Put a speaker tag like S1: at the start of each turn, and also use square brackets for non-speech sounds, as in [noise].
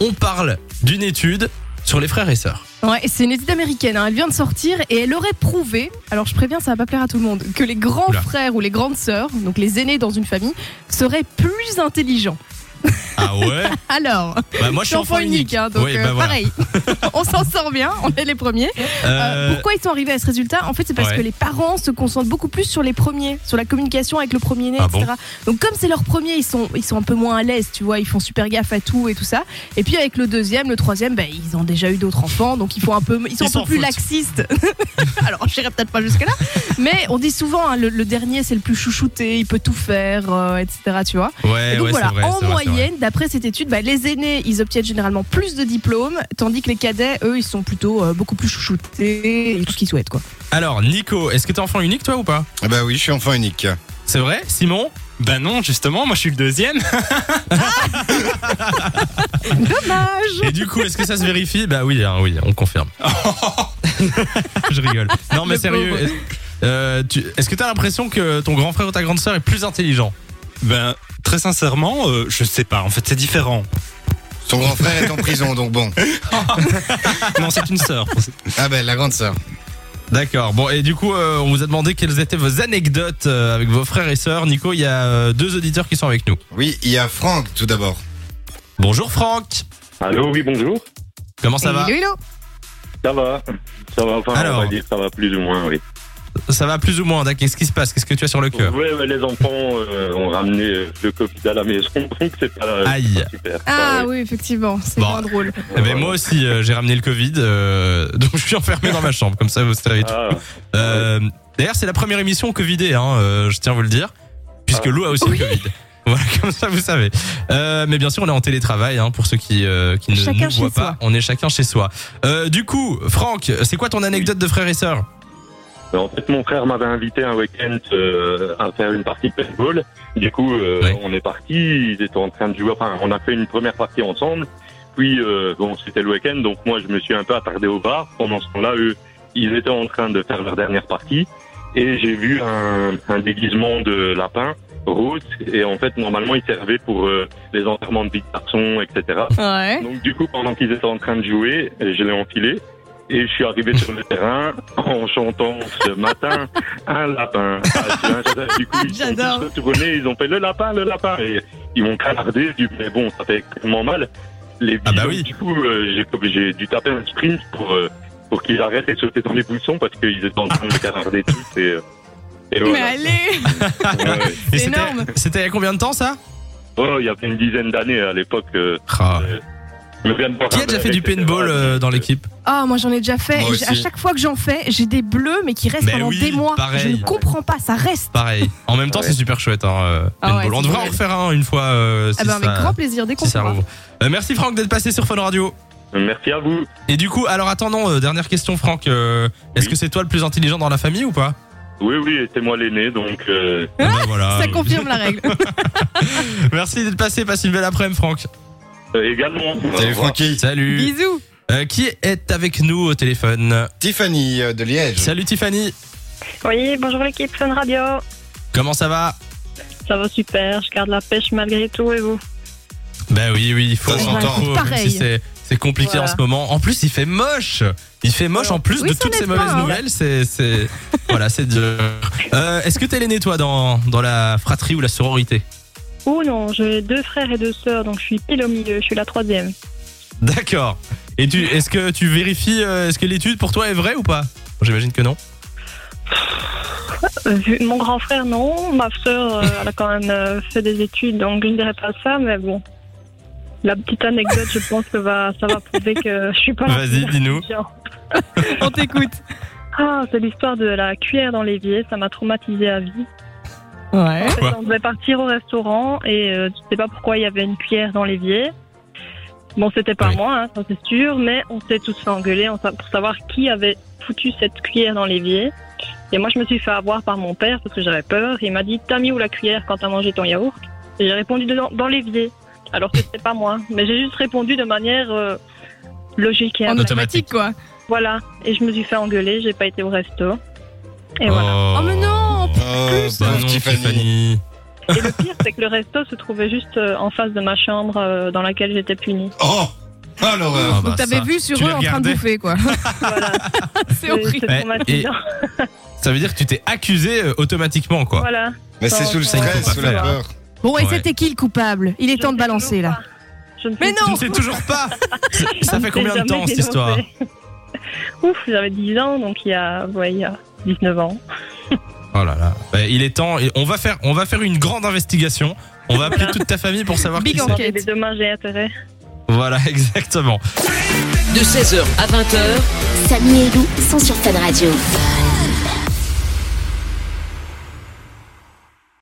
S1: on parle d'une étude sur les frères et sœurs.
S2: Ouais, et c'est une étude américaine, hein. elle vient de sortir et elle aurait prouvé, alors je préviens ça va pas plaire à tout le monde, que les grands
S1: Oula.
S2: frères ou les grandes sœurs, donc les aînés dans une famille, seraient plus intelligents.
S1: Ah ouais
S2: Alors,
S1: Bah moi je suis enfant unique.
S2: hein, donc
S1: Ouais,
S2: euh,
S1: bah voilà. [laughs]
S2: pareil, on s'en sort bien, on est les premiers. Euh,
S1: Euh,
S2: pourquoi ils sont arrivés à ce résultat En fait, c'est parce
S1: Ouais.
S2: que les parents se concentrent beaucoup plus sur les premiers, sur la communication avec le premier-né,
S1: Ah
S2: etc. Donc, comme c'est leur premier, ils sont, ils sont un peu moins à l'aise, tu vois, ils font super gaffe à tout et tout ça. Et puis, avec le deuxième, le troisième, ben, ils ont déjà eu d'autres enfants, donc ils, font un peu, ils sont
S1: Ils
S2: un
S1: s'en
S2: peu plus
S1: foutent.
S2: laxistes. [laughs] Alors, je n'irai peut-être pas jusque-là, mais on dit souvent, hein, le, le dernier, c'est le plus chouchouté, il peut tout faire, euh, etc., tu vois. Et
S1: Ouais,
S2: donc
S1: ouais,
S2: voilà,
S1: c'est vrai.
S2: en
S1: c'est vrai, c'est vrai.
S2: moyenne, d'après cette étude, bah, les aînés, ils obtiennent généralement plus de diplômes, tandis que les cadets, eux, ils sont plutôt euh, beaucoup plus chouchoutés et tout ce
S1: [laughs]
S2: qu'ils souhaitent. Quoi.
S1: Alors Nico, est-ce que t'es enfant unique toi ou pas
S3: Ah Bah oui, je suis enfant unique.
S1: C'est vrai Simon
S4: Bah non, justement, moi je suis le deuxième.
S2: Dommage
S1: Et du coup, est-ce que ça se vérifie Bah oui, hein, oui,
S4: [laughs]
S1: on confirme. [laughs] je rigole. Non mais
S2: Le
S1: sérieux,
S2: pauvre.
S1: est-ce euh, tu- est-ce que t'as l'impression que ton grand frère ou ta grande sœur est plus intelligent
S4: Ben très sincèrement, euh, je sais pas. En fait, c'est différent.
S3: Son grand frère est en prison, donc bon.
S4: Non, c'est une
S1: [laughs]
S4: sœur.
S3: Ah bah la grande sœur.
S1: D'accord. Bon et du coup, euh, on vous a demandé quelles étaient vos anecdotes euh, avec vos frères et sœurs. Nico, il y a euh, deux auditeurs qui sont avec nous.
S3: Oui, il y a Franck tout d'abord.
S1: Bonjour Franck.
S5: Allô, oui, bonjour.
S1: Comment ça va
S2: Hello, hello.
S5: Ça va. Ça va, enfin,
S1: Alors.
S5: on va dire, ça va plus ou moins, oui.
S1: Ça va plus ou moins. d'accord. Qu'est-ce qui se passe Qu'est-ce que tu as sur le cœur
S5: Ouais, mais les enfants euh, ont ramené euh, le Covid à la maison, donc c'est pas, euh,
S1: Aïe.
S5: pas super.
S2: Ah
S5: ouais.
S2: oui, effectivement, c'est
S1: Bah Bon.
S2: moins drôle.
S5: Oh.
S1: Eh ben, moi aussi, euh, j'ai ramené le Covid, euh, [laughs] donc je suis enfermé dans ma chambre, comme ça vous savez tout.
S5: Ah,
S1: Euh, D'ailleurs, c'est la première émission Covidée, hein, euh, je tiens à vous le dire, puisque
S5: Ah.
S1: Lou a aussi le Covid. [laughs] Voilà, comme ça vous savez. Euh, mais bien sûr, on est en télétravail, hein, pour ceux qui, euh, qui ne
S2: Chacun
S1: nous voient
S2: chez soi.
S1: pas, on est chacun chez soi. Euh, du coup, Franck, c'est quoi ton anecdote de frère et sœur
S5: mais Euh, en fait, mon frère m'avait invité un week-end euh, à faire une partie de paintball. Du coup, euh,
S1: Ouais.
S5: on est parti. Ils étaient en train de jouer. Enfin, on a fait une première partie ensemble. Puis, euh, bon, c'était le week-end, donc moi, je me suis un peu attardé au bar. Pendant ce temps-là, eux, ils étaient en train de faire leur dernière partie. Et j'ai vu un, un déguisement de lapin rose. Et en fait, normalement, ils servaient pour euh, les enterrements de vie de garçon, etc.
S2: Ouais.
S5: Donc du coup, pendant qu'ils étaient en train de jouer, je l'ai enfilé et je suis arrivé sur le terrain en chantant ce matin un lapin. Ah, tu vois, Du coup, ils se sont
S2: J'adore.
S5: tous retournés, ils ont fait le lapin, le lapin. Et ils m'ont canardé, j'ai dit, mais bon, ça fait extrêmement mal. Les
S1: Ah bah
S5: bisons,
S1: oui.
S5: Du coup, euh, j'ai- j'ai dû taper un sprint pour, euh, pour qu'ils arrêtent et sauter dans les bouchons parce qu'ils étaient en train de me canarder tous. Et, euh, et
S2: Mais
S5: voilà.
S2: allez
S5: Ouais, ouais.
S1: Et
S2: C'est
S1: c'était-
S2: énorme.
S1: C'était il y a combien de temps ça
S5: Oh, il y a une dizaine d'années à l'époque. euh,
S1: Ah.
S5: euh, je viens de voir
S1: Qui
S5: un
S1: a déjà
S5: mec,
S1: fait du
S5: etc.
S1: paintball euh, dans l'équipe
S2: Ah, moi j'en ai déjà fait.
S3: Moi
S2: et j'ai- à
S3: aussi.
S2: chaque fois que j'en fais, j'ai des bleus, mais qui restent
S1: Mais
S2: pendant
S1: oui,
S2: des mois.
S1: pareil.
S2: Je ne comprends pas, ça reste.
S1: Pareil. En même temps,
S5: Ouais.
S1: c'est super chouette. Hein, euh,
S2: Ah ouais,
S1: paintball. on
S2: c'est
S1: devrait en
S2: vrai.
S1: refaire un une fois. euh, si
S2: Ah ben, avec
S1: ça-
S2: grand plaisir, dès qu'on
S1: si ça
S2: pourra.
S1: rouvre. Euh, merci Franck d'être passé sur Fun Radio.
S5: Merci à vous.
S1: Et du coup, alors attendons, euh, dernière question Franck, euh, est-ce
S5: Oui.
S1: que c'est toi le plus intelligent dans la famille ou pas
S5: Oui, oui, c'est moi l'aîné, donc euh,
S1: Ah bah voilà.
S2: Ça confirme
S1: [laughs]
S2: la règle.
S1: Merci d'être passé, passe une belle après-midi Franck.
S5: euh, également.
S1: Bah,
S5: Au
S3: Salut
S5: revoir.
S3: Francky.
S1: Salut.
S2: Bisous.
S1: Euh, qui est avec nous au téléphone
S3: Tiffany euh, de Liège.
S1: Salut Tiffany,
S6: Oui, bonjour l'équipe Fun Radio.
S1: comment ça va
S6: Ça va super, je garde la pêche malgré tout et vous
S1: Bah oui, oui, il faut
S3: Ça s'entend.
S1: il faut, même
S2: Pareil.
S1: si c'est c'est compliqué
S6: Voilà.
S1: en ce moment. En plus, il fait moche. Il fait moche en plus
S2: Oui,
S1: de
S2: ça
S1: toutes ces
S2: n'aide
S1: mauvaises
S2: pas, hein.
S1: nouvelles. C'est c'est voilà, c'est dur. Euh, Est-ce que t'es l'aîné toi dans dans la fratrie ou la sororité
S6: Oh non, j'ai deux frères et deux sœurs, donc je suis pile au milieu, je suis la troisième.
S1: D'accord. Et tu, est-ce que tu vérifies, euh, est-ce que l'étude pour toi est vraie ou pas J'imagine que non.
S6: Euh, vu- Mon grand frère, non, ma sœur, [laughs] euh, elle a quand même euh, fait des études, donc je ne dirais pas ça, mais bon. La petite anecdote, je pense que va, ça va prouver que je suis pas la
S1: Vas-y, dis-nous.
S6: plus intelligente.
S2: On t'écoute.
S6: Ah, c'est l'histoire de la cuillère dans l'évier, ça m'a traumatisée à vie.
S2: Ouais.
S6: En fait,
S1: Quoi
S6: on devait partir au restaurant et euh, je sais pas pourquoi il y avait une cuillère dans l'évier. Bon, c'était pas
S1: Oui.
S6: moi, hein, ça c'est sûr, mais on s'est tous fait engueuler on sa- pour savoir qui avait foutu cette cuillère dans l'évier. Et moi, je me suis fait avoir par mon père parce que j'avais peur. Il m'a dit T'as mis où la cuillère quand t'as mangé ton yaourt Et j'ai répondu dedans, Dans l'évier. Alors que c'était pas moi. Mais j'ai juste répondu de manière euh, logique et
S2: En
S6: amable.
S1: Automatique.
S2: automatique, quoi.
S6: Voilà. Et je me suis fait engueuler, j'ai pas été au resto. Et voilà.
S1: Oh,
S2: Oh, mais non
S3: Oh,
S1: Bah
S3: pauvre
S1: non,
S3: Tiffany.
S1: Tiffany.
S6: Et le pire, c'est que le resto se trouvait juste euh, en face de ma chambre euh, dans laquelle j'étais punie.
S3: Oh Oh l'horreur.
S1: Ah bah,
S2: Donc t'avais
S1: ça,
S2: vu sur
S1: tu
S2: eux
S1: les
S2: en train de
S1: regardais.
S2: bouffer, [laughs] quoi.
S6: Voilà,
S2: C'est horrible.
S6: c'est
S1: Ouais,
S6: traumatisant.
S1: Ça veut dire que tu t'es accusé euh, automatiquement, quoi.
S6: Voilà.
S3: Mais c'est sous le
S6: Ça,
S1: il faut
S3: stress,
S1: pas
S3: sous la
S1: faire.
S3: peur.
S2: Bon, et
S1: Ouais.
S2: c'était qui le coupable Il est temps de balancer, là.
S6: Je ne sais
S2: Mais
S1: Tu
S6: toujours
S2: non
S1: ne sais toujours
S2: [laughs]
S1: pas Ça- Ça
S6: pas.
S1: fait
S6: Je ne
S1: combien
S6: sais
S1: de temps
S6: jamais
S1: cette histoire
S6: dénoncer. [laughs] Ouf, j'avais 10 ans, donc il y a, ouais, il y a 19 ans.
S1: Oh là là. Bah, il est temps. et On va faire, on va faire une grande investigation. On va appeler toute ta famille pour savoir
S2: Big
S1: qui
S2: enquête.
S1: c'est.
S6: J'ai des dommages et intérêts.
S1: Voilà, [laughs] exactement.
S7: De 16h à 20h,
S8: Samy et Lou sont sur Fan Radio.